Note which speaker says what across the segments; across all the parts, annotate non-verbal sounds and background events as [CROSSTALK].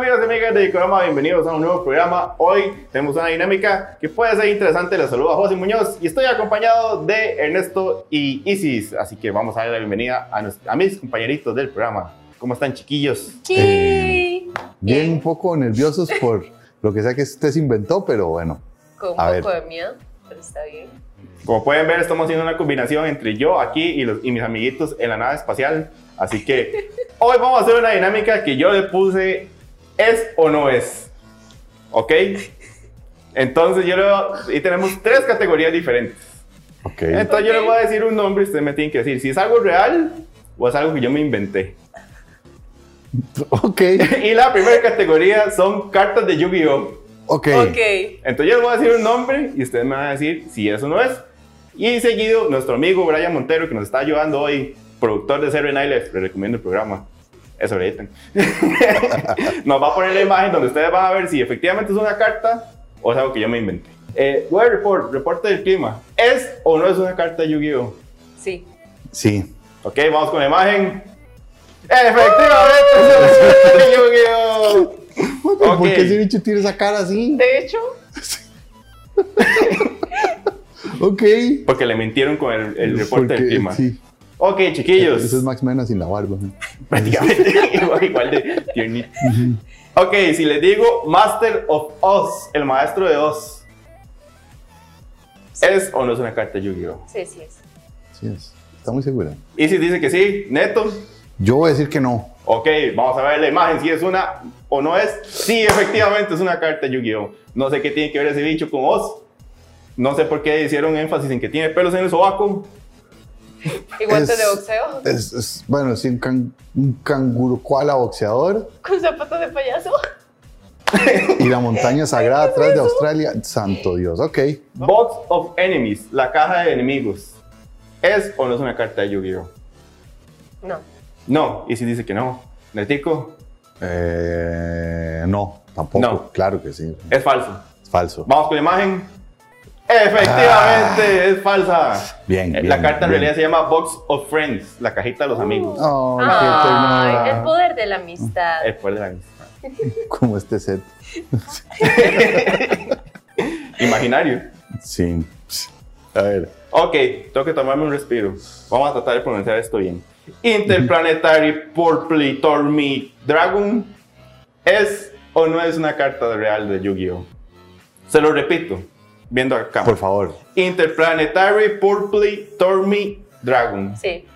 Speaker 1: tardes, programa. Bienvenidos a un nuevo programa. Hoy tenemos una dinámica que puede ser interesante. Les saludo a José Muñoz y estoy acompañado de Ernesto y Isis. Así que vamos a darle la bienvenida a, nos- a mis compañeritos del programa. ¿Cómo están, chiquillos?
Speaker 2: Sí.
Speaker 3: Eh,
Speaker 2: Eh,
Speaker 3: Bien,
Speaker 1: Eh.
Speaker 3: un poco nerviosos por lo que sea que usted se inventó, pero bueno.
Speaker 2: Con un
Speaker 3: A
Speaker 2: poco
Speaker 3: ver.
Speaker 2: de miedo, pero está bien.
Speaker 1: Como pueden ver, estamos haciendo una combinación entre yo aquí y, los, y mis amiguitos en la nave espacial. Así que hoy vamos a hacer una dinámica que yo le puse es o no es. ¿Ok? Entonces yo le- y tenemos tres categorías diferentes. [LAUGHS]
Speaker 3: Ok.
Speaker 1: Entonces yo le
Speaker 2: Ok.
Speaker 1: voy a decir un nombre y ustedes me tienen que decir si es algo real o es algo que yo me inventé. [LAUGHS]
Speaker 3: Ok.
Speaker 1: Y la primera categoría son cartas de Yu-Gi-Oh!
Speaker 3: Ok.
Speaker 2: Ok.
Speaker 1: Entonces yo les voy a decir un nombre y ustedes me van a decir si eso no es. Y seguido, nuestro amigo Brian Montero, que nos está ayudando hoy, productor de Seven Islands, les recomiendo el programa. Eso lo editan. [LAUGHS] nos va a poner la imagen donde ustedes van a ver si efectivamente es una carta o es algo que yo me inventé. Eh, Weather Report, reporte del clima. ¿Es o no es una carta de Yu-Gi-Oh?
Speaker 2: Sí.
Speaker 3: Sí.
Speaker 1: Ok, vamos con la imagen. Efectivamente, es una carta de Yu-Gi-Oh!
Speaker 3: Pero, ¿Por
Speaker 1: Ok.
Speaker 3: qué ese bicho tiene esa cara así?
Speaker 2: De hecho,
Speaker 3: Ok. Pues
Speaker 1: Porque le mintieron con el, el reporte
Speaker 3: Porque-
Speaker 1: del clima.
Speaker 3: Sí.
Speaker 1: Ok, chiquillos.
Speaker 3: Ese es Max Mena sin la barba. ¿no?
Speaker 1: prácticamente [LAUGHS] igual, igual de tiernito. Ok, si les digo Master of Oz, el maestro de Oz, ¿es o no es una carta Yu-Gi-Oh?
Speaker 2: sí, sí es.
Speaker 3: Sí es. Está muy segura.
Speaker 1: Y si dice que sí, neto.
Speaker 3: Yo voy a decir que no.
Speaker 1: Ok, vamos a ver la imagen si es una o no es. Sí, efectivamente es una carta Yu-Gi-Oh. No sé qué tiene que ver ese bicho con Oz. No sé por qué hicieron énfasis en que tiene pelos en el sobaco.
Speaker 2: Y guantes
Speaker 3: Es-
Speaker 2: de boxeo
Speaker 3: Es, es- bueno, sí, un, can- un canguro koala boxeador
Speaker 2: con zapatos de payaso.
Speaker 3: y la montaña
Speaker 1: [LAUGHS]
Speaker 3: sagrada atrás de Australia. Santo Dios. Ok.
Speaker 1: Box of Enemies, la caja de enemigos. ¿Es o no es una carta de Yu-Gi-Oh?
Speaker 2: No.
Speaker 1: No, y si dice que no. Netico,
Speaker 3: Eh, no, tampoco.
Speaker 1: No.
Speaker 3: Claro que sí.
Speaker 1: es falso.
Speaker 3: Es falso.
Speaker 1: Vamos con la imagen. Efectivamente, es falsa.
Speaker 3: Ah. Bien,
Speaker 1: Eh,
Speaker 3: bien,
Speaker 1: la carta en
Speaker 3: bien.
Speaker 1: realidad se llama Box of Friends, la cajita de los amigos.
Speaker 3: Oh, qué
Speaker 2: Ay,
Speaker 3: ternura.
Speaker 2: el poder de la amistad.
Speaker 3: Eh.
Speaker 1: El poder de la amistad.
Speaker 3: [LAUGHS] Como este set.
Speaker 1: Imaginario.
Speaker 3: Sí. pues, A ver.
Speaker 1: Ok, tengo que tomarme un respiro. Vamos a tratar de pronunciar esto bien. Interplanetary Purple Tormi Dragon es o no es una carta real de Yu-Gi-Oh. Se lo repito, viendo acá.
Speaker 3: Por favor.
Speaker 1: Interplanetary Purple Tormi Dragon.
Speaker 2: Sí.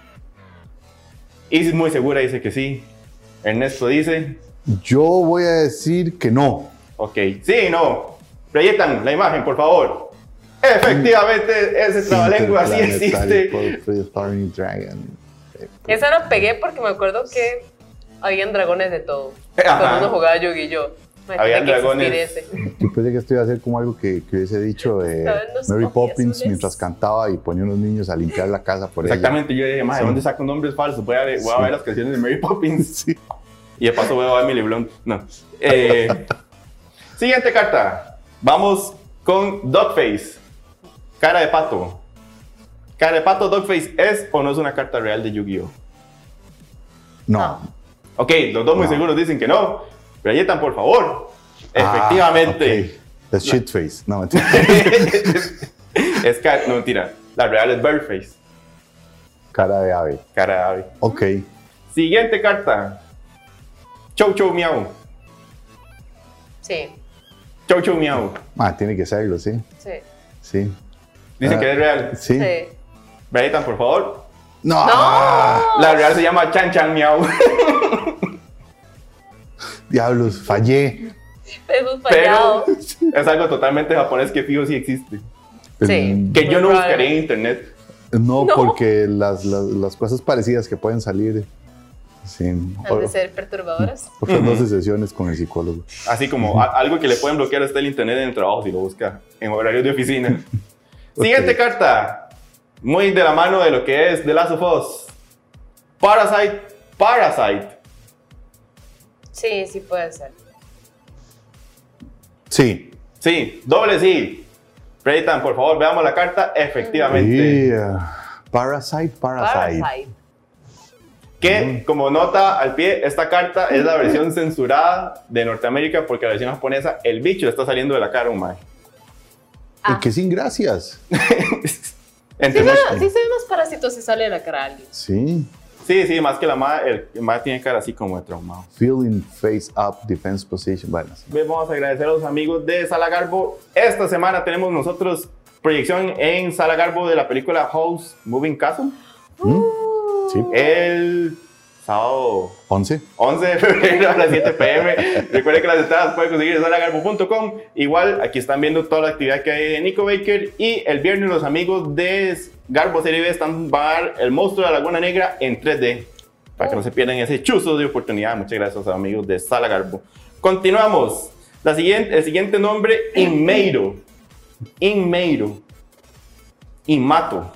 Speaker 1: Isis muy segura dice que sí. Ernesto dice,
Speaker 3: Yo voy a decir que no.
Speaker 1: ok, sí, no. Proyectan la imagen, por favor. Efectivamente, ese trabalengua sí
Speaker 3: Interplanetary
Speaker 1: existe.
Speaker 3: Purple Thorny Dragon.
Speaker 2: Esa la pegué porque me acuerdo que habían dragones de todo.
Speaker 3: Eh,
Speaker 1: Ajá.
Speaker 2: Cuando uno jugaba yo y yo. Me
Speaker 1: Habían
Speaker 2: tenía que existir
Speaker 1: dragones.
Speaker 2: ese.
Speaker 3: Yo pensé que esto iba a ser como algo que, que hubiese dicho eh,
Speaker 2: Estaban los
Speaker 3: Mary
Speaker 2: ojos
Speaker 3: Poppins
Speaker 2: azules.
Speaker 3: mientras cantaba y ponía unos niños a limpiar la casa por
Speaker 1: Exactamente, yo dije, madre,
Speaker 3: Pues Sí.
Speaker 1: ¿dónde saco nombres falsos? Voy a, ver, voy a
Speaker 3: Sí.
Speaker 1: ver las canciones de Mary
Speaker 3: ella.
Speaker 1: Poppins. [LAUGHS]
Speaker 3: Sí.
Speaker 1: Y de paso voy a ver Emily Blunt. No. Eh,
Speaker 3: [LAUGHS]
Speaker 1: siguiente carta. Vamos con Dogface. Cara de pato. Cara de pato, Dogface, ¿es o no es una carta real de Yu-Gi-Oh?
Speaker 2: Ah.
Speaker 3: No.
Speaker 1: Ok, los dos muy
Speaker 3: No.
Speaker 1: seguros dicen que no. Proyectan, por favor.
Speaker 3: Ah,
Speaker 1: Efectivamente.
Speaker 3: The shit face. No, mentira. [LAUGHS]
Speaker 1: es cara, no mentira. La real es Birdface.
Speaker 3: Cara de ave.
Speaker 1: Cara de ave.
Speaker 3: Ok.
Speaker 1: Siguiente carta. Chau chau miau.
Speaker 2: Sí,
Speaker 1: Chau chau miau.
Speaker 3: Ah, tiene que serlo, sí.
Speaker 2: sí.
Speaker 3: Sí.
Speaker 1: Dicen
Speaker 3: Ah.
Speaker 1: que es real.
Speaker 3: Sí.
Speaker 2: Sí.
Speaker 1: Proyectan, por favor.
Speaker 3: No. Ah,
Speaker 2: ¡No!
Speaker 1: La real se llama chan chan miau. [LAUGHS]
Speaker 3: Diablos, fallé.
Speaker 2: Te hemos
Speaker 1: Pero
Speaker 2: fallado.
Speaker 1: es algo totalmente japonés que fijo sí existe.
Speaker 2: Sí.
Speaker 1: Que yo
Speaker 2: Muy
Speaker 1: no
Speaker 2: raro.
Speaker 1: buscaré en internet.
Speaker 3: No,
Speaker 2: No.
Speaker 3: porque las, las, las cosas parecidas que pueden salir. Sí.
Speaker 2: Han de
Speaker 3: o-
Speaker 2: ser perturbadoras.
Speaker 3: Otras 12 sesiones con el psicólogo.
Speaker 1: Así como a- algo que le pueden bloquear hasta el internet en el trabajo si lo busca en horarios de
Speaker 2: [LAUGHS]
Speaker 1: oficina. Siguiente
Speaker 3: Ok.
Speaker 1: carta. Muy de la mano de lo que es The Last of Us. Parasite. Parasite.
Speaker 2: Sí, sí puede ser.
Speaker 3: Sí.
Speaker 1: Sí, doble sí. Reitan, por favor, veamos la carta. Efectivamente.
Speaker 3: Yeah. ah, Parasite, parasite.
Speaker 2: Parasite.
Speaker 1: Que, como nota al pie, esta carta es la versión censurada de Norteamérica porque la versión japonesa, el bicho le está saliendo de la cara a un mae.
Speaker 2: Ah.
Speaker 3: Y que sin gracias.
Speaker 1: Entre
Speaker 2: Sí, se
Speaker 1: muchas-
Speaker 2: ve- sí se ve más parásito si sale de la cara a alguien.
Speaker 3: Sí.
Speaker 1: Sí, sí, más que la mae, el, el mae tiene cara así como de traumado.
Speaker 3: Feeling face up, defense position. Bueno, sí.
Speaker 1: Les Vamos a agradecer a los amigos de Sala Garbo. Esta semana tenemos nosotros proyección en Sala Garbo de la película House Moving Castle.
Speaker 2: Uh,
Speaker 3: Sí.
Speaker 1: El sábado
Speaker 3: 11.
Speaker 1: 11 de febrero a las 7 pm. Recuerden que las entradas pueden conseguir en salagarbo.com. Igual, aquí están viendo toda la actividad que hay de Nico Baker. Y el viernes los amigos de Garbo Serie B están van a dar El Monstruo de la Laguna Negra en 3D. Para que no se pierdan ese chuzo de oportunidad. Muchas gracias a los amigos de Sala Garbo. Continuamos. La siguiente, el siguiente nombre, Inmeiro. Inmeiro. Inmato.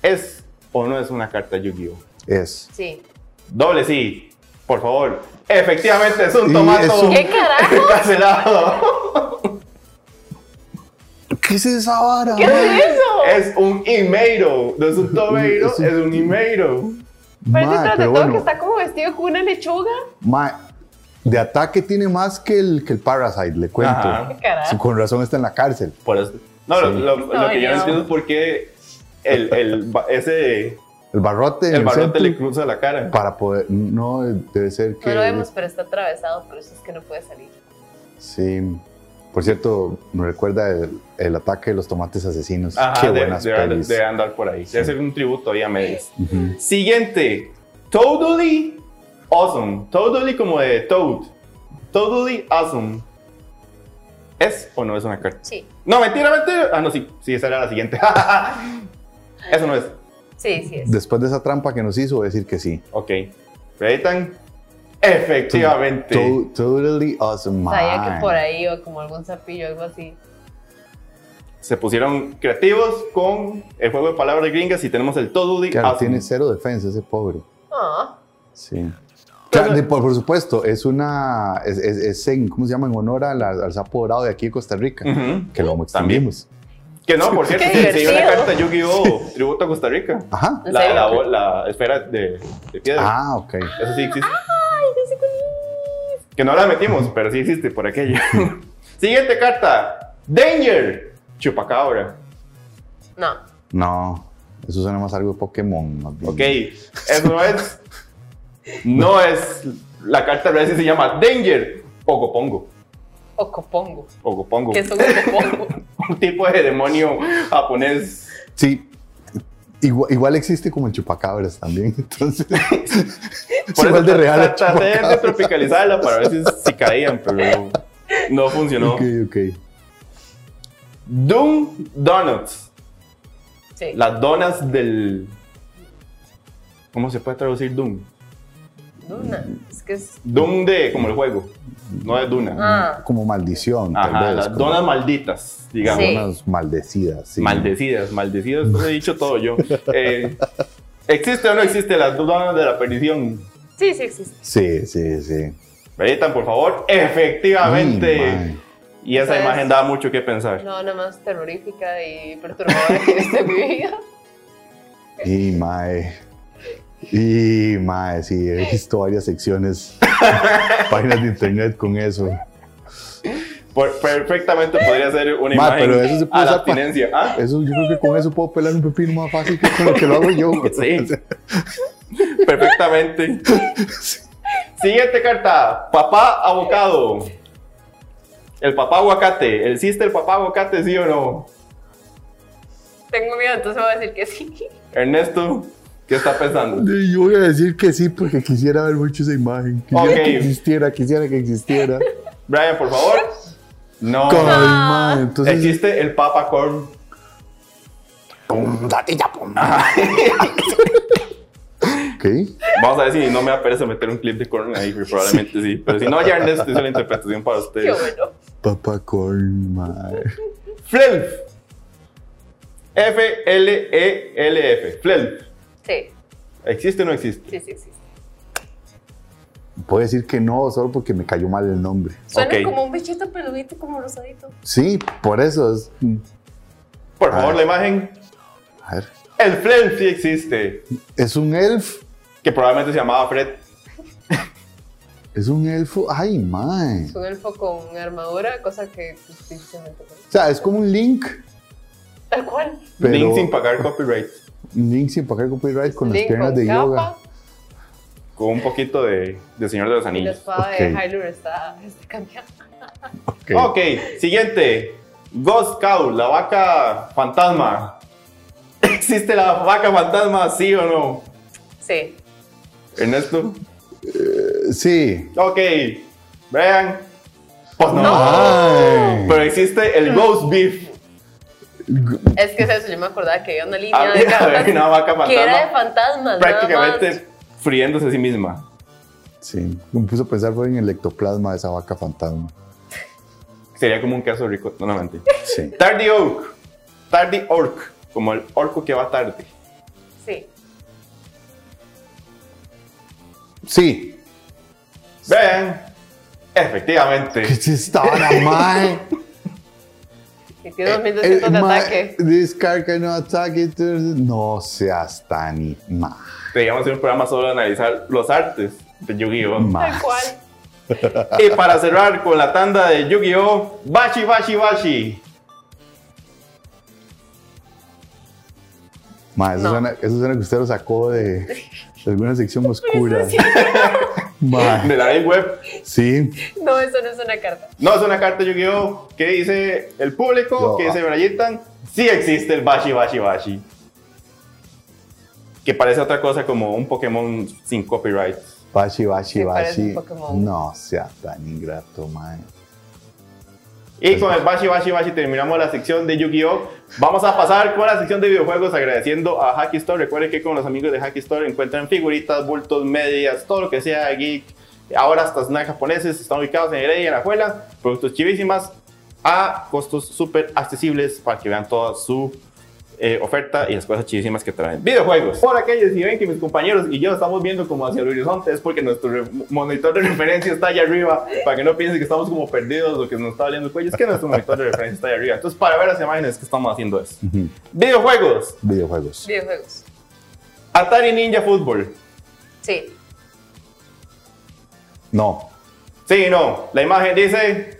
Speaker 1: ¿Es o no es una carta Yu-Gi-Oh?
Speaker 3: Es.
Speaker 2: sí.
Speaker 1: Doble sí, por favor. Efectivamente es un
Speaker 3: Y
Speaker 1: tomato
Speaker 3: es un-
Speaker 2: ¿Qué
Speaker 1: [LAUGHS]
Speaker 2: carajo?
Speaker 1: cancelado.
Speaker 3: ¿Qué es esa vara?
Speaker 2: ¿Qué es
Speaker 3: [LAUGHS]
Speaker 2: eso?
Speaker 1: Es un imeiro. No es un tomeiro, es
Speaker 3: Es un-
Speaker 1: un imeiro.
Speaker 3: Ma,
Speaker 2: Parece un
Speaker 3: pero
Speaker 2: tratatón que
Speaker 3: bueno,
Speaker 2: está como vestido con una lechuga.
Speaker 3: ma, de ataque tiene más que el, que el Parasite, le cuento.
Speaker 1: Ajá.
Speaker 2: ¿Qué carajo?
Speaker 3: Sí, Con razón está en la cárcel.
Speaker 1: Por eso. No, lo,
Speaker 3: Sí.
Speaker 1: lo- lo que yo
Speaker 2: Ay,
Speaker 1: no
Speaker 2: no.
Speaker 1: entiendo es por qué el, el ba- ese,
Speaker 3: El barrote. en
Speaker 1: el barrote
Speaker 3: centro,
Speaker 1: le cruza la cara.
Speaker 3: Para poder. No, debe ser que.
Speaker 2: No lo vemos, pero está atravesado, por eso es que no puede salir.
Speaker 3: Sí. Por cierto, me recuerda el, el ataque de los tomates asesinos.
Speaker 1: Ajá,
Speaker 3: Qué
Speaker 1: de-
Speaker 3: buenas
Speaker 1: de, de
Speaker 3: pelis.
Speaker 1: andar por ahí. Debe ser un tributo ahí a medias.
Speaker 3: Ujú.
Speaker 1: Siguiente. Totally awesome. Totally como de Toad. Totally awesome. ¿Es o no es una carta?
Speaker 2: Sí,
Speaker 1: No, mentira, mentira. Ah, no, sí, sí, esa era la siguiente. [LAUGHS] Eso no es.
Speaker 2: sí, sí es.
Speaker 3: Después de esa trampa que nos hizo, voy a decir que sí.
Speaker 1: Ok. ¿Reeditan? Efectivamente.
Speaker 3: To- totally awesome.
Speaker 2: Sabía
Speaker 3: man.
Speaker 2: que por ahí iba como algún sapillo, algo así.
Speaker 1: Se pusieron creativos con el juego de palabras gringas y tenemos el totally
Speaker 3: Claro,
Speaker 1: awesome.
Speaker 3: tiene cero defensa ese pobre.
Speaker 2: Ah,
Speaker 3: Sí.
Speaker 1: Pero-
Speaker 3: Claro, de- por, por supuesto, es una. Es, es- es en, ¿Cómo se llama? En honor al, al sapo dorado de aquí de Costa Rica.
Speaker 1: Ujú. Uh,
Speaker 3: Que lo extendimos.
Speaker 1: Que no,
Speaker 3: [LAUGHS]
Speaker 1: por cierto,
Speaker 2: Qué
Speaker 1: se, se dio una
Speaker 2: divertido.
Speaker 1: carta Yu-Gi-Oh! tributo a Costa Rica.
Speaker 3: Ajá.
Speaker 2: ¿En
Speaker 1: La,
Speaker 2: serio?
Speaker 1: la, la esfera de, de piedra.
Speaker 3: Ah, ok.
Speaker 1: Eso sí existe.
Speaker 2: ay, no sé cuál
Speaker 1: Que no la metimos, pero sí existe por aquello. [LAUGHS] Siguiente carta. Danger. Chupacabra.
Speaker 2: es. No,
Speaker 3: No. Eso suena más algo de Pokémon. más bien.
Speaker 1: Ok, eso no es. No es. La carta de veces se llama Danger Ogopongo.
Speaker 2: Ocopongo.
Speaker 1: Ogopongo.
Speaker 2: ¿Qué es un Ocopongo?
Speaker 1: Un tipo de demonio japonés.
Speaker 3: Sí. Igual, igual existe como el chupacabras también. [LAUGHS] Entonces. es
Speaker 1: Por eso
Speaker 3: igual de
Speaker 1: tra-
Speaker 3: real. el
Speaker 1: Traté de
Speaker 3: chupacabras.
Speaker 1: tropicalizarla para ver si, si caían, pero no funcionó.
Speaker 3: Ok, ok.
Speaker 1: Doom Donuts.
Speaker 2: Sí.
Speaker 1: Las donas del. ¿Cómo se puede traducir Doom?
Speaker 2: Duna. Es que es.
Speaker 1: Doom de. como el juego. No de Duna.
Speaker 2: Ah,
Speaker 3: Como maldición, tal
Speaker 1: Ajá,
Speaker 3: vez.
Speaker 1: las
Speaker 3: como
Speaker 1: donas malditas, digamos.
Speaker 2: Sí.
Speaker 3: donas maldecidas. Sí.
Speaker 1: Maldecidas, maldecidas, lo he dicho todo yo. Eh, ¿Existe o no existe las donas de la perdición?
Speaker 2: sí, sí existe.
Speaker 3: Sí, sí, sí.
Speaker 1: Veritan, por favor.
Speaker 3: Ay,
Speaker 1: Efectivamente.
Speaker 3: man.
Speaker 1: y esa
Speaker 2: Esa es-
Speaker 1: imagen da mucho que pensar.
Speaker 2: No, nada más terrorífica y perturbadora que he visto en mi vida.
Speaker 3: Y mae. Y mae, sí, he visto varias
Speaker 1: [LAUGHS]
Speaker 3: secciones, páginas de internet con eso.
Speaker 1: Por- perfectamente podría ser una
Speaker 3: Ma,
Speaker 1: imagen
Speaker 3: pero eso se puede
Speaker 1: a la
Speaker 3: usar pa-
Speaker 1: abstinencia.
Speaker 3: [LAUGHS]
Speaker 1: ¿Ah?
Speaker 3: Eso, yo creo que con eso puedo pelar un pepino más fácil que con lo que lo
Speaker 1: [LAUGHS]
Speaker 3: hago yo.
Speaker 1: Sí. Perfectamente. Siguiente carta. Papá abocado. El papá aguacate. ¿Existe el papá aguacate, sí o no?
Speaker 2: Tengo miedo, entonces voy a decir que sí. [LAUGHS]
Speaker 1: Ernesto, ¿qué está pensando?
Speaker 3: Y Yo voy a decir que sí porque quisiera ver mucho esa imagen. Quisiera
Speaker 1: Ok.
Speaker 3: que existiera, quisiera
Speaker 1: [LAUGHS]
Speaker 3: que existiera.
Speaker 1: Brian, por favor. No.
Speaker 3: Con mae, [LAUGHS] entonces.
Speaker 1: Ah. Existe el Papa Corn.
Speaker 3: Pum, date ya, pum. ok.
Speaker 1: Vamos a ver si no me aparece meter un clip de Corn ahí, que probablemente sí. Pero si no, ya Ernesto hizo la interpretación para
Speaker 2: Qué
Speaker 1: ustedes.
Speaker 2: bueno.
Speaker 3: Papá corn, mae.
Speaker 1: Flelf. F-L-E-L-F. E Flelf.
Speaker 2: Sí,
Speaker 1: ¿Existe o no existe?
Speaker 2: sí, sí existe.
Speaker 3: Puedo decir que no solo porque me cayó mal el nombre.
Speaker 2: Suena
Speaker 1: Ok.
Speaker 2: como un bichito peludito, como rosadito.
Speaker 3: Sí, por eso es.
Speaker 1: Por favor,
Speaker 3: Ah.
Speaker 1: la imagen.
Speaker 3: A ver.
Speaker 1: El Flelf sí existe.
Speaker 3: Es un elf
Speaker 1: que probablemente se llamaba Fred.
Speaker 3: Es un elfo. Ay, mae.
Speaker 2: Es un elfo con armadura, cosa que pues, difícilmente.
Speaker 3: O sea, es como un link,
Speaker 2: Tal cual.
Speaker 3: pero.
Speaker 1: Link sin pagar copyright.
Speaker 3: Link sin pagar copyright con las
Speaker 2: Link
Speaker 3: piernas de
Speaker 2: capa,
Speaker 3: yoga.
Speaker 1: Con un poquito de, de Señor de los
Speaker 2: Y la
Speaker 1: Anillos.
Speaker 2: espada
Speaker 3: Ok.
Speaker 2: de Hyrule está, está cambiada.
Speaker 3: Ok.
Speaker 1: Ok, siguiente. Ghost Cow, la vaca fantasma. ¿Existe la vaca fantasma, sí o no?
Speaker 2: Sí.
Speaker 1: Ernesto.
Speaker 3: Eh, Sí.
Speaker 1: Ok, vean. Pues no.
Speaker 3: Ay.
Speaker 1: Pero existe el Ghost Beef.
Speaker 2: Es que es eso, yo me acordaba que había una
Speaker 3: Ah,
Speaker 2: línea
Speaker 3: [LAUGHS]
Speaker 2: de
Speaker 1: Había
Speaker 2: cabras
Speaker 1: había una vaca
Speaker 2: que era de
Speaker 1: fantasma
Speaker 2: fantasmas. Nada
Speaker 1: [LAUGHS] prácticamente friéndose a sí misma.
Speaker 3: Sí. Me puse a pensar fue en el ectoplasma de esa vaca fantasma.
Speaker 1: Sería como un queso rico, no, no mentira.
Speaker 3: Sí.
Speaker 1: Tardy Oak. Tardy Orc. Como el orco que va tarde.
Speaker 2: más. Sí.
Speaker 3: Sí.
Speaker 1: Vean. Efectivamente.
Speaker 3: ¿Qué es esta vara,
Speaker 2: [LAUGHS]
Speaker 3: mae?
Speaker 2: Y tiene 2200 de
Speaker 3: Eh, mae,
Speaker 2: ataque.
Speaker 3: This card cannot attack it. No seas tan y mae.
Speaker 1: Deberíamos hacer un programa solo de analizar los artes de Yu-Gi-Oh!
Speaker 2: Tal
Speaker 3: mae.
Speaker 2: cual.
Speaker 1: Y para cerrar con la tanda de Yu-Gi-Oh! Bashi, Bashi, Bashi.
Speaker 3: Ma, eso,
Speaker 2: No.
Speaker 3: suena, eso suena que usted lo sacó de, de
Speaker 2: [LAUGHS]
Speaker 3: alguna sección
Speaker 2: Pues,
Speaker 3: oscura.
Speaker 2: sí.
Speaker 3: [LAUGHS] Ma,
Speaker 1: De la ley web.
Speaker 3: sí,
Speaker 2: No, eso no es una carta.
Speaker 1: No es una carta de Yu-Gi-Oh! que dice el público,
Speaker 3: No,
Speaker 1: que dice
Speaker 3: ah.
Speaker 1: Brayitan. Sí existe el Bashi, Bashi, Bashi. Que parece otra cosa como un Pokémon sin copyright.
Speaker 3: bashi, bashi,
Speaker 2: Sí, parece
Speaker 3: bashi.
Speaker 2: un Pokémon.
Speaker 3: No sea tan ingrato, mae.
Speaker 1: Y con el Bashi Bashi Bashi terminamos la sección de Yu-Gi-Oh! Vamos a pasar con la sección de videojuegos agradeciendo a Hacky Store. Recuerden que con los amigos de Hacky Store encuentran figuritas, bultos, medias, todo lo que sea geek. Ahora hasta snacks japoneses están ubicados en Heredia y en Ajuela. Productos chivísimas a costos súper accesibles para que vean toda su eh, oferta y las cosas chivísimas que traen. Videojuegos. Por aquellos, si ven que mis compañeros y yo estamos viendo como hacia el horizonte, es porque nuestro re- monitor de referencia está allá arriba. Para que no piensen que estamos como perdidos o que nos está doliendo el cuello, es que nuestro monitor de referencia está allá arriba. Entonces, para ver las imágenes que estamos haciendo eso.
Speaker 3: Ujú.
Speaker 1: Videojuegos.
Speaker 3: Videojuegos.
Speaker 2: Videojuegos.
Speaker 1: Atari Ninja Football.
Speaker 2: Sí.
Speaker 3: No.
Speaker 1: Sí, no. La imagen dice.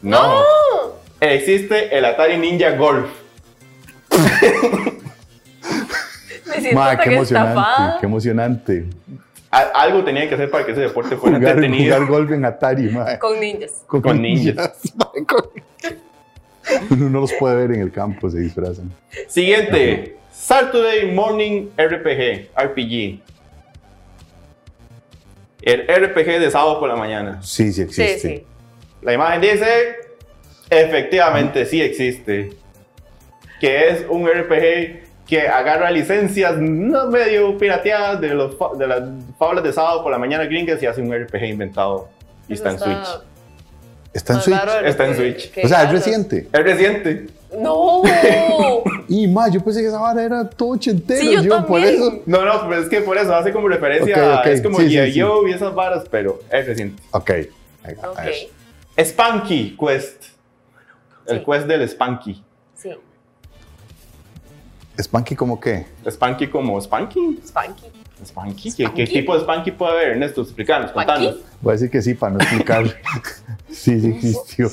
Speaker 1: No.
Speaker 2: ¡Oh!
Speaker 1: Existe el Atari Ninja Golf.
Speaker 2: Me siento
Speaker 3: Ma,
Speaker 2: tan
Speaker 3: qué emocionante.
Speaker 2: estafada.
Speaker 3: Qué emocionante.
Speaker 1: A- algo tenía que hacer para que ese deporte fuera
Speaker 3: Jugar,
Speaker 1: entretenido.
Speaker 3: jugar golf en Atari, mae.
Speaker 2: Con ninjas.
Speaker 1: Con ninjas.
Speaker 3: [LAUGHS] mae, con- Uno no los puede ver en el campo, se disfrazan.
Speaker 1: Siguiente. Saturday Morning RPG. RPG. El RPG de sábado por la mañana.
Speaker 3: Sí, sí
Speaker 2: Sí,
Speaker 3: existe.
Speaker 1: Este,
Speaker 2: sí.
Speaker 1: La imagen dice, efectivamente sí existe. Que es un RPG que agarra licencias no medio pirateadas de, los, fa- de las fábulas de sábado por la mañana gringas y hace un RPG inventado. Y
Speaker 2: Eso
Speaker 1: está en Switch.
Speaker 3: Está en
Speaker 2: más
Speaker 3: Switch.
Speaker 2: raro de lo
Speaker 1: Está en
Speaker 2: que-
Speaker 1: Switch.
Speaker 2: que
Speaker 3: O sea, es
Speaker 2: ganas.
Speaker 3: reciente.
Speaker 1: Es reciente.
Speaker 2: No.
Speaker 3: Y más, yo pensé que esa vara era todo ochentero.
Speaker 2: Sí, yo
Speaker 3: por
Speaker 2: también.
Speaker 3: eso.
Speaker 1: No, no, pero es que por eso hace como referencia
Speaker 3: Ok, ok,
Speaker 1: a- Es como
Speaker 3: sí, sí,
Speaker 1: G.I.
Speaker 3: sí.
Speaker 1: Joe y esas varas, pero es reciente.
Speaker 3: Ok.
Speaker 2: ok.
Speaker 3: [LAUGHS] A ver.
Speaker 1: Spanky Quest. El
Speaker 2: Sí.
Speaker 1: quest del Spanky.
Speaker 2: Sí.
Speaker 3: ¿Spanky como qué?
Speaker 1: Spanky como Spanky.
Speaker 2: Spanky.
Speaker 1: Spanky. ¿Qué,
Speaker 2: Spanky.
Speaker 1: qué tipo de Spanky puede haber, Ernesto? Explicanos,
Speaker 2: Spanky.
Speaker 1: contanos.
Speaker 3: Voy a decir que sí para no explicar. [LAUGHS] sí, sí existió.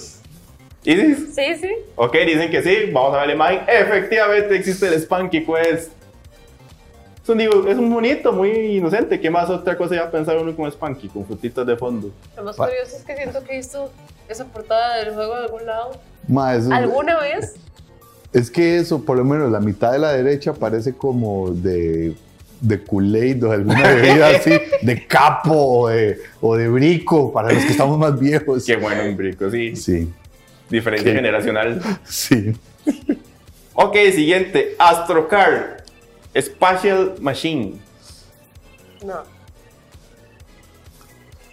Speaker 1: Isis.
Speaker 2: Sí, sí.
Speaker 1: Ok, dicen que sí. Vamos a ver la imagen. Efectivamente existe el Spanky Quest. Es un, digo, es un bonito, muy inocente. ¿Qué más otra cosa ya pensar uno con Spanky? Con frutitas de fondo.
Speaker 2: Lo más
Speaker 3: Va.
Speaker 2: curioso es que siento que he visto esa portada del juego de algún lado.
Speaker 3: Ma, eso-
Speaker 2: ¿Alguna vez?
Speaker 3: es que eso, por lo menos la mitad de la derecha parece como de, de Kool-Aid o de alguna bebida así, de capo o de, o de brico, para los que estamos más viejos.
Speaker 1: Qué bueno, un brico, sí.
Speaker 3: Sí,
Speaker 1: Diferencia
Speaker 3: Qué-
Speaker 1: generacional.
Speaker 3: sí.
Speaker 1: Ok, siguiente. Astrocar. Spatial Machine.
Speaker 2: No.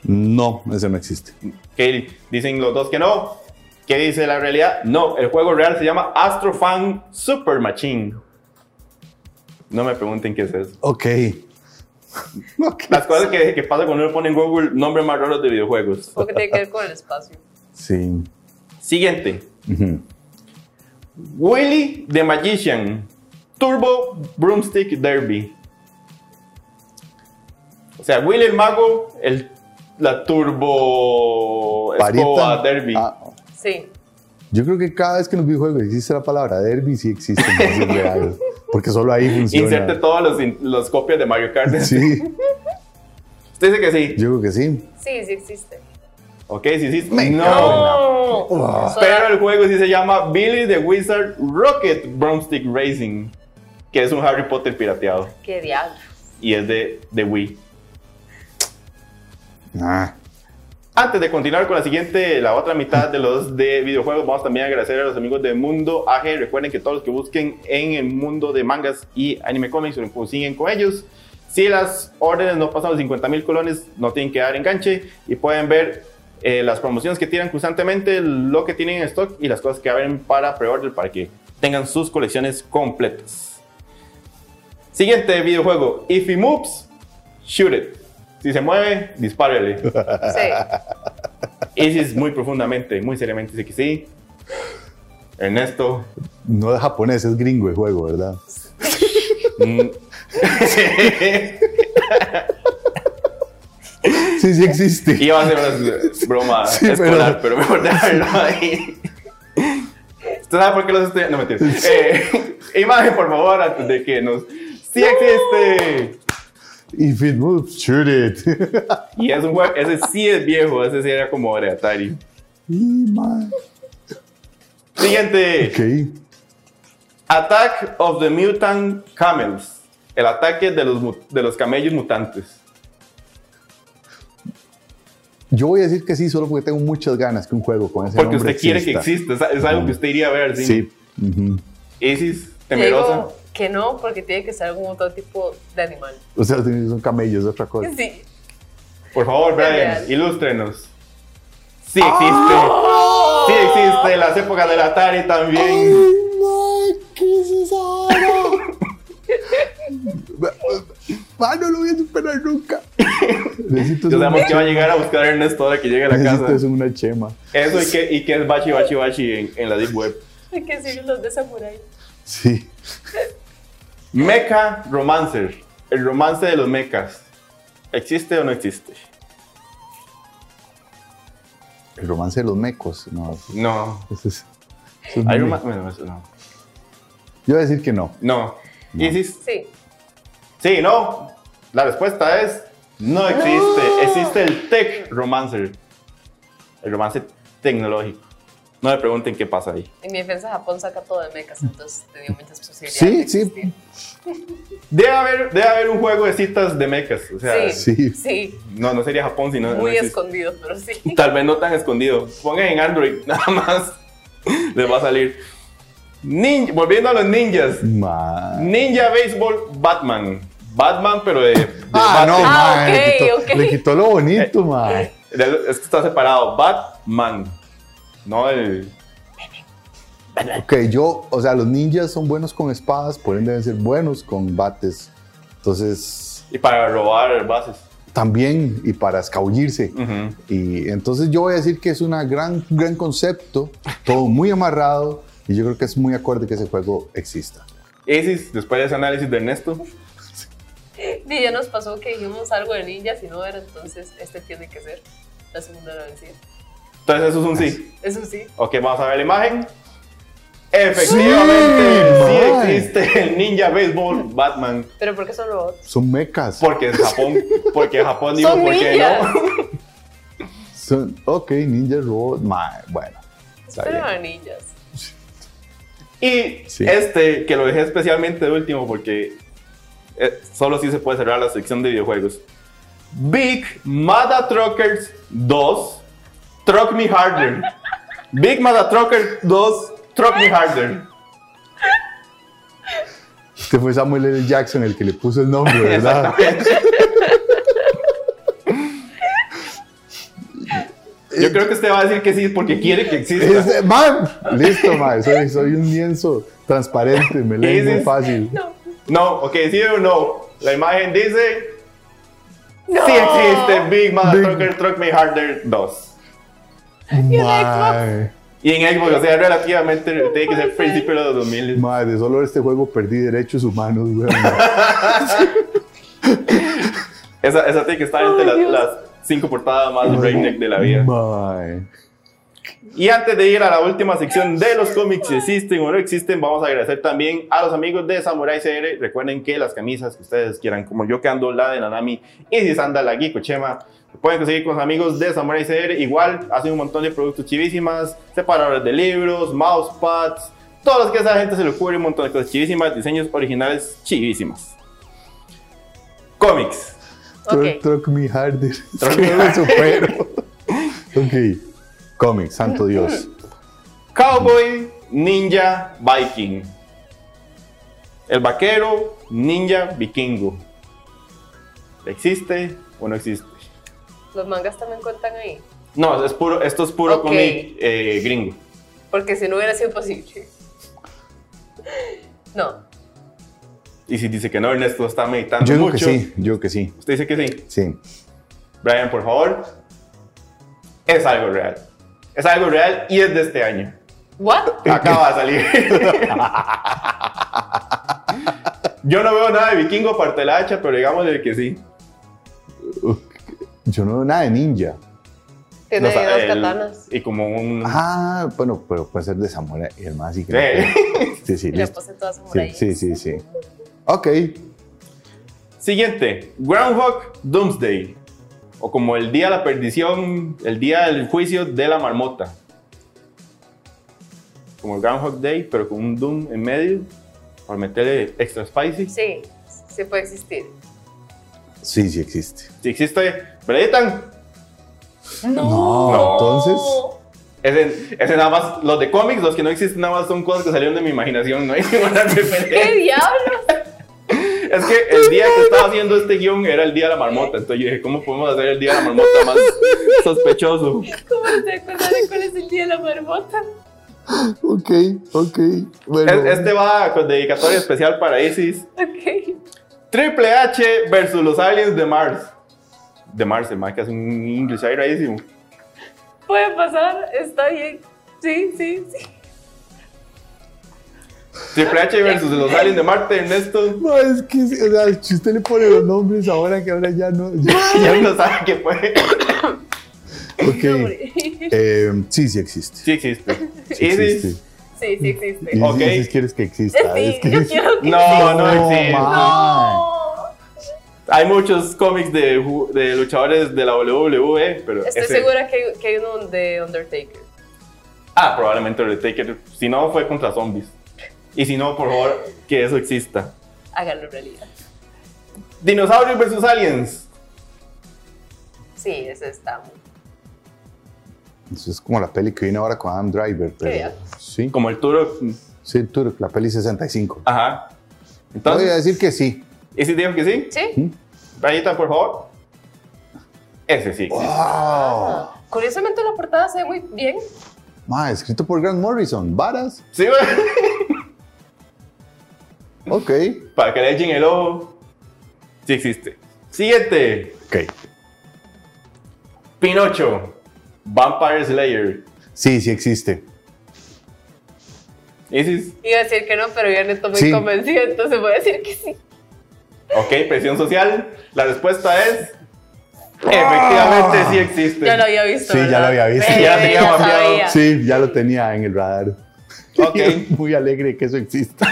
Speaker 3: No, ese no existe.
Speaker 1: que dicen los dos que no. ¿Qué dice la realidad? No, el juego real se llama Astrofan Super Machine. No me pregunten qué es eso.
Speaker 3: Ok. [LAUGHS] Ok. [LAUGHS]
Speaker 1: Las cosas que, que pasa cuando uno pone en Google nombres más raros de videojuegos.
Speaker 2: Porque tiene que ver
Speaker 3: [LAUGHS]
Speaker 2: con el espacio.
Speaker 3: Sí.
Speaker 1: Siguiente.
Speaker 3: Ujú.
Speaker 1: Willy the Magician. Turbo Broomstick Derby. O sea, Will el Mago, el, la Turbo Escoba
Speaker 3: Parita.
Speaker 1: Derby.
Speaker 3: Ah,
Speaker 2: Sí.
Speaker 3: yo creo que cada vez que en los videojuegos existe la palabra derby, sí existe. no
Speaker 1: [LAUGHS]
Speaker 3: es real, porque solo ahí funciona.
Speaker 1: Inserte todas las los copias de Mario Kart.
Speaker 3: [LAUGHS] Sí,
Speaker 1: Usted dice que sí.
Speaker 3: yo creo que sí.
Speaker 2: Sí, sí existe.
Speaker 1: Ok, sí, sí.
Speaker 3: Me cago
Speaker 1: No.
Speaker 2: ¡No!
Speaker 3: Uah.
Speaker 1: Pero el juego sí se llama Billy the Wizard Rocket Broomstick Racing, que es un Harry Potter pirateado.
Speaker 2: ¡Qué
Speaker 3: [LAUGHS]
Speaker 2: diablo!
Speaker 1: Y es de, de Wii.
Speaker 3: Ah,
Speaker 1: Antes de continuar con la siguiente, la otra mitad de los de videojuegos, vamos también a agradecer a los amigos de Mundo AG. Recuerden que todos los que busquen en el mundo de mangas y anime comics lo consiguen con ellos. Si las órdenes no pasan los 50 mil colones, no tienen que dar enganche y pueden ver eh, las promociones que tiran constantemente, lo que tienen en stock y las cosas que abren para pre-order para que tengan sus colecciones completas. Siguiente videojuego: If he moves, shoot it. Si se mueve, dispárele.
Speaker 2: Sí.
Speaker 1: Ese es muy profundamente, muy seriamente, dice que sí. Ernesto.
Speaker 3: no es japonés, es gringo el juego, ¿verdad?
Speaker 1: mm.
Speaker 3: Sí, sí existe.
Speaker 1: Iba a hacer una broma
Speaker 3: Sí, pero-
Speaker 1: escolar, pero, mejor dejarlo ahí. ¿Usted sabe por qué los estoy.? No, mentira. Eh, imagen, por favor, antes de que nos. ¡Sí existe!
Speaker 3: If it moves, shoot it. [LAUGHS]
Speaker 1: Y es un juego, ese sí es viejo, ese sí era como de Atari.
Speaker 3: Y, man,
Speaker 1: Siguiente.
Speaker 3: ok.
Speaker 1: Attack of the Mutant Camels. El ataque de los, mu- de los camellos mutantes.
Speaker 3: Yo voy a decir que sí, solo porque tengo muchas ganas que un juego con ese
Speaker 1: Porque
Speaker 3: nombre
Speaker 1: usted quiere que exista, es- es algo que usted iría a ver. Sí.
Speaker 3: Sí. ujú.
Speaker 1: Isis,
Speaker 2: Te
Speaker 1: temerosa.
Speaker 2: digo que no, porque tiene que ser algún otro tipo de animal.
Speaker 3: O sea, son camellos, es otra cosa.
Speaker 2: Sí. [LAUGHS]
Speaker 1: Por favor, Brian,
Speaker 2: Genial.
Speaker 1: ilústrenos. Sí existe.
Speaker 2: ¡Oh!
Speaker 1: Sí existe. Las épocas del Atari también.
Speaker 3: no! ¿Qué es esa hora? Ah, no lo voy a superar nunca. [LAUGHS] Necesito
Speaker 1: Yo
Speaker 3: eso-
Speaker 1: sabemos que va a llegar a buscar a Ernesto ahora que llegue a la
Speaker 3: necesito
Speaker 1: casa.
Speaker 3: eso en una chema.
Speaker 1: Eso y que, y que es bachi, bachi, bachi en, en la Deep Web.
Speaker 2: Hay que seguir los de samurai.
Speaker 3: Sí.
Speaker 1: Mecha Romancer. El romance de los mechas. ¿Existe o no existe?
Speaker 3: El romance de los mecos. No.
Speaker 1: No.
Speaker 3: eso es- eso es
Speaker 1: Hay
Speaker 3: muy-
Speaker 1: roma- bueno, eso no.
Speaker 3: Yo voy a decir que no.
Speaker 1: No. Isis,
Speaker 2: Sí.
Speaker 1: Sí, no. La respuesta es no existe. Existe el tech romancer. El romance tecnológico. No me pregunten qué pasa ahí.
Speaker 2: En mi defensa, Japón saca todo de mechas, entonces tenía muchas posibilidades.
Speaker 3: Sí,
Speaker 2: de
Speaker 3: sí.
Speaker 2: existir.
Speaker 1: Debe haber, debe haber un juego de citas de mechas. O sea,
Speaker 3: Sí.
Speaker 2: Sí. Sí.
Speaker 1: no, no sería Japón, sino. no
Speaker 2: Muy
Speaker 1: existe.
Speaker 2: escondido, pero sí. [LAUGHS]
Speaker 1: Tal vez no tan escondido. Pongan en Android, [LAUGHS] nada más. Les va a salir. Nin- Volviendo a los ninjas.
Speaker 3: Ma-
Speaker 1: Ninja Baseball Batman. Batman, pero de, de
Speaker 3: Ah,
Speaker 1: bate.
Speaker 3: no,
Speaker 2: Ah,
Speaker 3: ma, le,
Speaker 2: ok,
Speaker 3: quitó,
Speaker 2: ok.
Speaker 3: le quitó lo bonito, ma.
Speaker 1: De- Es que está separado. Batman. No el.
Speaker 3: Ok, yo, o sea, los ninjas son buenos con espadas, por ende deben ser buenos con bates. Entonces,
Speaker 1: Y para robar bases.
Speaker 3: también, y para escabullirse. Y entonces yo voy a decir que es un gran, gran concepto, todo muy amarrado, y yo creo que es muy acorde que ese juego exista.
Speaker 1: Isis, después de ese análisis de Ernesto,
Speaker 2: Y ya nos pasó que dijimos algo de ninjas y no era, entonces este tiene que ser la segunda de la vencida.
Speaker 1: entonces eso es un sí.
Speaker 2: Es un sí.
Speaker 1: Ok, vamos a ver la imagen. Efectivamente,
Speaker 3: Sí,
Speaker 1: sí,
Speaker 3: man.
Speaker 1: existe el Ninja Baseball Batman.
Speaker 2: Pero ¿por qué son robots?
Speaker 3: Son mecas.
Speaker 1: Porque es Japón. Porque es Japón, digo,
Speaker 2: Son
Speaker 1: porque
Speaker 2: ninjas.
Speaker 1: no.
Speaker 3: Son- ok, Ninja Robot, ma, bueno. está
Speaker 2: Pero
Speaker 3: bien.
Speaker 2: eran ninjas.
Speaker 1: Y
Speaker 3: Sí.
Speaker 1: este, que lo dejé especialmente de último porque eh, solo sí se puede cerrar la sección de videojuegos. Big Mada Truckers 2, Truck Me Harder. Big Mada Trucker 2, Truck Me Harder.
Speaker 3: Este fue Samuel L. Jackson el que le puso el
Speaker 1: [LAUGHS]
Speaker 3: nombre, ¿verdad?
Speaker 1: Yo creo que usted va a decir que sí porque quiere que exista.
Speaker 3: Este, man, listo, ma, soy, soy un lienzo transparente, me lees muy
Speaker 1: Ese-
Speaker 3: fácil.
Speaker 2: No.
Speaker 1: No, ok, sí o no. La imagen dice:
Speaker 2: No.
Speaker 1: Sí existe Big Mother
Speaker 3: Big-
Speaker 1: Trucker Truck Me Harder 2.
Speaker 3: Mae,
Speaker 1: Y en Xbox, o sea, relativamente tiene que ser principio de los 2000.
Speaker 3: madre, solo este juego perdí derechos humanos, güey.
Speaker 1: Esa, esa tiene que estar entre las, las cinco portadas más redneck de la vida.
Speaker 3: Mae.
Speaker 1: Y antes de ir a la última sección de los cómics, si existen o no existen, vamos a agradecer también a los amigos de Samurai CR. Recuerden que las camisas que ustedes quieran, como yo que ando la de Nanami y si anda la Gikuchema, pueden conseguir con los amigos de Samurai CR. Igual hacen un montón de productos chivísimas, separadores de libros, mousepads, todos los que a esa gente se le ocurre, un montón de cosas chivísimas, diseños originales chivísimas. Cómics.
Speaker 3: Truck,
Speaker 2: Ok.
Speaker 3: truck me [LAUGHS] harder. Es que no lo supero. ok. Cómics, santo Dios.
Speaker 1: Cowboy, ninja, viking. El vaquero, ninja, vikingo. ¿Existe o no existe?
Speaker 2: Los mangas también cuentan ahí.
Speaker 1: No, es puro, esto es puro
Speaker 2: Ok.
Speaker 1: cómic eh, gringo.
Speaker 2: Porque si no hubiera sido posible. No.
Speaker 1: Y si dice que no, Ernesto está meditando
Speaker 3: Yo digo
Speaker 1: mucho.
Speaker 3: que sí, yo digo que sí.
Speaker 1: Usted dice que sí.
Speaker 3: Sí.
Speaker 1: Brian, por favor. Es algo real. Es algo real y es de este año.
Speaker 2: ¿What?
Speaker 1: Acaba de
Speaker 3: [LAUGHS]
Speaker 1: salir. Yo no veo nada de vikingo aparte de la hacha, pero digamos de que sí.
Speaker 3: Yo no veo nada de ninja.
Speaker 2: Tiene
Speaker 1: Los-
Speaker 2: dos
Speaker 1: el-
Speaker 2: katanas.
Speaker 1: Y como un.
Speaker 3: Ah, bueno, pero puede ser de Samurai y el más y
Speaker 1: Sí.
Speaker 3: que. Sí, [LAUGHS] sí,
Speaker 2: Y le
Speaker 3: listo.
Speaker 2: puse todas por
Speaker 3: Sí,
Speaker 2: ahí.
Speaker 3: sí, sí, sí. Ok.
Speaker 1: Siguiente, Groundhog Doomsday. O como el día de la perdición, el día del juicio de la marmota. Como el Groundhog Day, pero con un Doom en medio. Para meterle extra spicy. Si
Speaker 2: Sí, sí puede existir.
Speaker 3: Sí, sí existe.
Speaker 1: existe, Bredetan.
Speaker 3: No, entonces.
Speaker 1: Ese, ese nada más, los de cómics, los que no existen nada más son cosas que salieron de mi imaginación, no hay [LAUGHS] ninguna
Speaker 2: ¡Qué
Speaker 1: referencia.
Speaker 2: diablos!
Speaker 1: Es que el día que estaba haciendo este guión era el día de la marmota, entonces yo dije, ¿cómo podemos hacer el día de la marmota más sospechoso?
Speaker 2: ¿Cómo no te acuerdas de cuál es el día de la marmota?
Speaker 3: Ok, ok. Bueno.
Speaker 1: Es- Este va con dedicatoria especial para Isis.
Speaker 2: Ok.
Speaker 1: Triple H versus los aliens de Mars. De Mars, el Mike es un English ahí rarísimo.
Speaker 2: Puede pasar, está bien. Sí, sí, sí.
Speaker 1: Triple H versus los aliens de Marte, Ernesto.
Speaker 3: No, es que, o sea, si usted le pone los nombres ahora que ahora ya no. ya-
Speaker 1: [LAUGHS] Ya no sabe qué fue.
Speaker 2: No,
Speaker 3: [LAUGHS] ok.
Speaker 2: hombre.
Speaker 3: Eh, sí, sí existe.
Speaker 1: Sí existe.
Speaker 3: Sí
Speaker 1: Isis.
Speaker 3: existe.
Speaker 2: Sí, sí existe.
Speaker 3: Y
Speaker 2: Sí,
Speaker 1: Ok.
Speaker 3: si quieres que exista. ah, es Ah. que [LAUGHS]
Speaker 2: yo quiero que
Speaker 1: No, no existe.
Speaker 3: ma.
Speaker 2: No.
Speaker 1: Hay muchos cómics de, ju- de luchadores de la WWE, pero.
Speaker 2: Estoy
Speaker 1: ese-
Speaker 2: segura que hay, que hay uno de Undertaker.
Speaker 1: Ah, probablemente Undertaker. Si no, fue contra zombies. Y si no, por favor, que eso exista.
Speaker 2: Háganlo realidad.
Speaker 1: Dinosaurios versus aliens.
Speaker 2: Sí, ese está muy.
Speaker 3: Eso es como la peli que viene ahora con Adam Driver, pero. Sí,
Speaker 1: Como el Turok.
Speaker 3: sí, Turok, la peli 65.
Speaker 1: Ajá.
Speaker 3: Voy a
Speaker 1: Entonces,
Speaker 3: decir que sí.
Speaker 1: ¿Isis dijo que sí?
Speaker 2: Sí.
Speaker 1: Rayita, por favor. Ese sí.
Speaker 3: ¡Wow!
Speaker 2: Curiosamente la portada se ve muy bien.
Speaker 3: ¡Oh! Ma, escrito por Grant Morrison. ¿Varas?
Speaker 1: Sí, [LAUGHS] güey.
Speaker 3: Ok.
Speaker 1: Para que le echen el ojo. Sí existe. Siguiente.
Speaker 3: Ok.
Speaker 1: Pinocho. Vampire Slayer.
Speaker 3: Sí, sí existe.
Speaker 1: Isis.
Speaker 2: Iba a decir que no, pero ya no estoy muy
Speaker 3: Sí.
Speaker 2: convencida, entonces voy a decir que sí.
Speaker 1: Ok, presión social. La respuesta es.
Speaker 3: Ah.
Speaker 1: Efectivamente, sí existe.
Speaker 2: Ya lo había visto.
Speaker 3: Sí, ya
Speaker 2: ¿verdad?
Speaker 3: lo había visto.
Speaker 2: Ve,
Speaker 1: Ya tenía
Speaker 2: ya
Speaker 1: mapeado.
Speaker 2: sabía.
Speaker 3: Sí, ya lo tenía en el radar. [LAUGHS]
Speaker 1: Ok.
Speaker 3: Muy alegre que eso exista.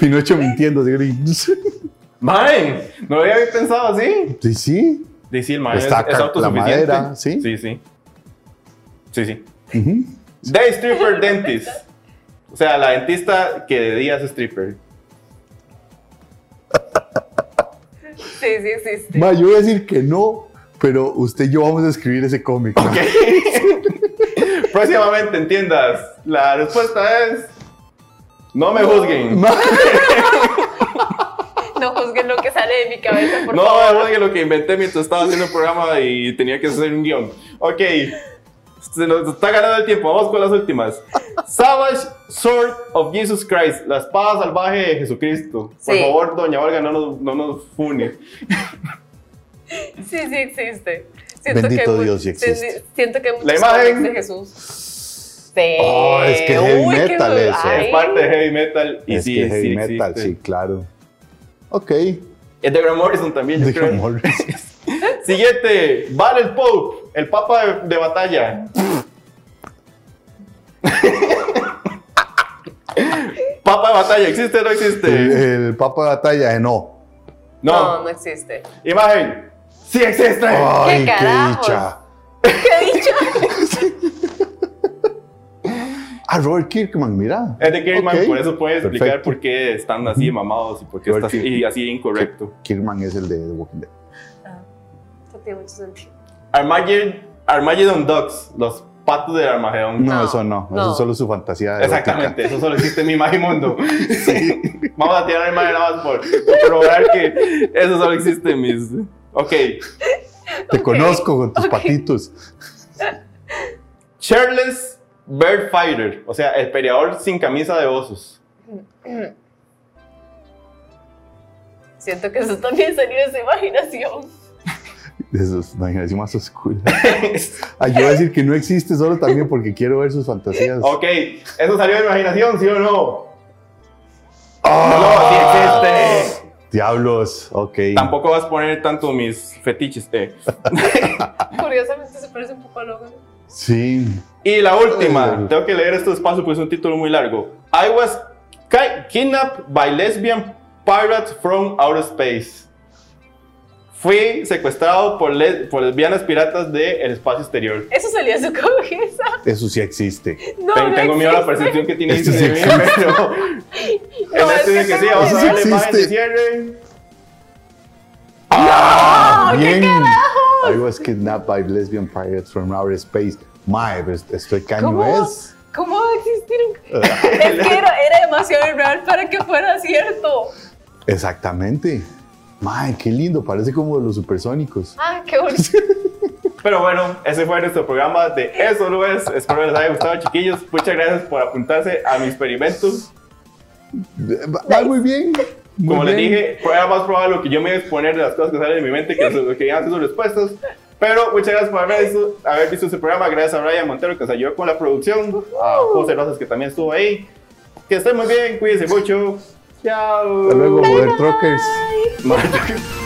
Speaker 3: Pinocho mintiendo. así que-
Speaker 1: [LAUGHS] Mae, no lo había pensado así.
Speaker 3: Sí, sí.
Speaker 1: Sí, sí, el mae es,
Speaker 3: Destaca
Speaker 1: es
Speaker 3: la
Speaker 1: autosuficiente.
Speaker 3: madera, ¿sí?
Speaker 1: Sí, sí. Sí, sí.
Speaker 3: Ujú.
Speaker 1: Day Stripper Dentist. O sea, la dentista que de día es stripper.
Speaker 2: Sí, sí existe.
Speaker 3: Ma, yo voy a decir que no, pero usted y yo vamos a escribir ese cómic. ¿no?
Speaker 1: [LAUGHS] Próximamente en tiendas. La respuesta es. No me juzguen.
Speaker 3: Ma,
Speaker 2: [LAUGHS] No juzguen lo que sale de mi cabeza, por
Speaker 1: No
Speaker 2: favor.
Speaker 1: me juzguen lo que inventé mientras estaba haciendo el programa y tenía que hacer un guión. Ok. Se nos está ganando el tiempo. Vamos con las últimas. Savage Sword of Jesus Christ. La espada salvaje de Jesucristo. Por
Speaker 2: Sí.
Speaker 1: favor, doña Olga, no nos, no nos fune.
Speaker 2: Sí, sí existe.
Speaker 3: Bendito
Speaker 2: mu-
Speaker 3: Dios, sí
Speaker 2: sí, sí,
Speaker 3: existe.
Speaker 2: Siento que muchos
Speaker 1: La imagen.
Speaker 2: cómics de Jesús. Sí.
Speaker 3: Oh, es que heavy
Speaker 2: qué
Speaker 3: metal
Speaker 2: duro.
Speaker 3: eso.
Speaker 1: Es
Speaker 2: Ay.
Speaker 1: parte de heavy metal. Y
Speaker 3: es
Speaker 1: sí,
Speaker 3: que heavy
Speaker 1: sí
Speaker 3: metal,
Speaker 1: existe.
Speaker 3: sí, claro. Ok.
Speaker 1: Es de Graham Morrison también, yo
Speaker 3: De
Speaker 1: creo.
Speaker 3: amor.
Speaker 1: Este, Siguiente, vale el Pope, el papa de, de [LAUGHS] batalla. papa de batalla, ¿existe o no
Speaker 3: El,
Speaker 1: existe?
Speaker 3: el papa de batalla, eh, no.
Speaker 2: No,
Speaker 1: No.
Speaker 2: no existe.
Speaker 1: Imagen. Sí existe.
Speaker 3: Ay, qué
Speaker 2: carajos?
Speaker 3: dicha.
Speaker 2: ¿Qué he dicho?
Speaker 3: [LAUGHS] Ah, Robert Kirkman, mira.
Speaker 1: Es de Kirkman,
Speaker 3: Ok.
Speaker 1: por eso puede explicar
Speaker 3: Perfecto.
Speaker 1: por qué están así de mamados y por qué está así, y así de incorrecto.
Speaker 3: Kirkman es el de The Walking Dead.
Speaker 2: Ah, No tiene mucho sentido.
Speaker 1: Armageddon, Armageddon Ducks, los patos del Armagedón.
Speaker 3: No,
Speaker 2: No,
Speaker 3: eso no. Eso
Speaker 2: no.
Speaker 3: es solo su fantasía. erótica.
Speaker 1: Exactamente, eso solo existe en mi
Speaker 3: [LAUGHS]
Speaker 1: imagimundo. [LAUGHS] Vamos a tirar el imagen nada más por, por probar que eso solo existe en mis. Ok.
Speaker 3: Te
Speaker 2: Ok,
Speaker 3: conozco con tus
Speaker 2: ok.
Speaker 3: patitos.
Speaker 1: Shirtless Bird Fighter, o sea, el peleador sin camisa de osos. [LAUGHS]
Speaker 2: Siento que eso también salió de su imaginación.
Speaker 3: Eso es imaginación más oscura. Ah, yo voy a decir que no existe solo también porque quiero ver sus fantasías.
Speaker 1: ok, ¿eso salió de mi imaginación, sí o no?
Speaker 3: ¡Ah!
Speaker 1: No, sí existe.
Speaker 3: Diablos, ok.
Speaker 1: Tampoco vas a poner tanto mis fetiches. eh. [LAUGHS]
Speaker 2: Curiosamente se parece un poco a Logan.
Speaker 3: Sí.
Speaker 1: Y la última, tengo que leer esto despacio porque es un título muy largo. I was ki- kidnapped by lesbian pirates from outer space. Fui secuestrado por, le- por lesbianas piratas del espacio exterior.
Speaker 2: Eso salió de su cabeza.
Speaker 3: Eso sí existe.
Speaker 2: No,
Speaker 1: Ten-
Speaker 2: no
Speaker 1: tengo miedo a la
Speaker 2: existe.
Speaker 1: percepción que tiene
Speaker 3: Esto
Speaker 1: de
Speaker 3: sí
Speaker 1: mí,
Speaker 3: existe.
Speaker 2: [LAUGHS]
Speaker 1: pero
Speaker 2: No,
Speaker 1: en este
Speaker 2: es
Speaker 1: dice que sí,
Speaker 2: tengo
Speaker 1: vamos a
Speaker 3: Eso
Speaker 2: miedo.
Speaker 3: sí
Speaker 1: darle imagen de
Speaker 3: existe.
Speaker 1: cierre.
Speaker 2: ¡Ah, qué
Speaker 3: Bien.
Speaker 2: carajos!
Speaker 3: I was kidnapped by lesbian pirates from outer space. Mae, pero est- esto de caño
Speaker 2: ¿Cómo?
Speaker 3: es. [LAUGHS]
Speaker 2: ¿Cómo va a existir
Speaker 1: [LAUGHS]
Speaker 2: un.? es que era, era demasiado real para que fuera cierto.
Speaker 3: Exactamente. Mae, qué lindo. Parece como de los supersónicos.
Speaker 2: Ah, qué bonito.
Speaker 1: Pero bueno, ese fue nuestro programa de Eso lo es. Espero les haya gustado, chiquillos. Muchas gracias por apuntarse a mi experimento.
Speaker 3: Eh, Va muy bien. muy
Speaker 1: Como les
Speaker 3: bien.
Speaker 1: dije, era más probable lo que yo me iba a exponer de las cosas que salen de mi mente que lo que digan sus respuestas. Pero muchas gracias por haber visto, haber visto este programa. Gracias a Brian Montero que nos ayudó con la producción. A José Rosas que también estuvo ahí. Que estén muy bien, cuídense mucho. Chao.
Speaker 3: Hasta luego, Joder Truckers.
Speaker 1: Marta.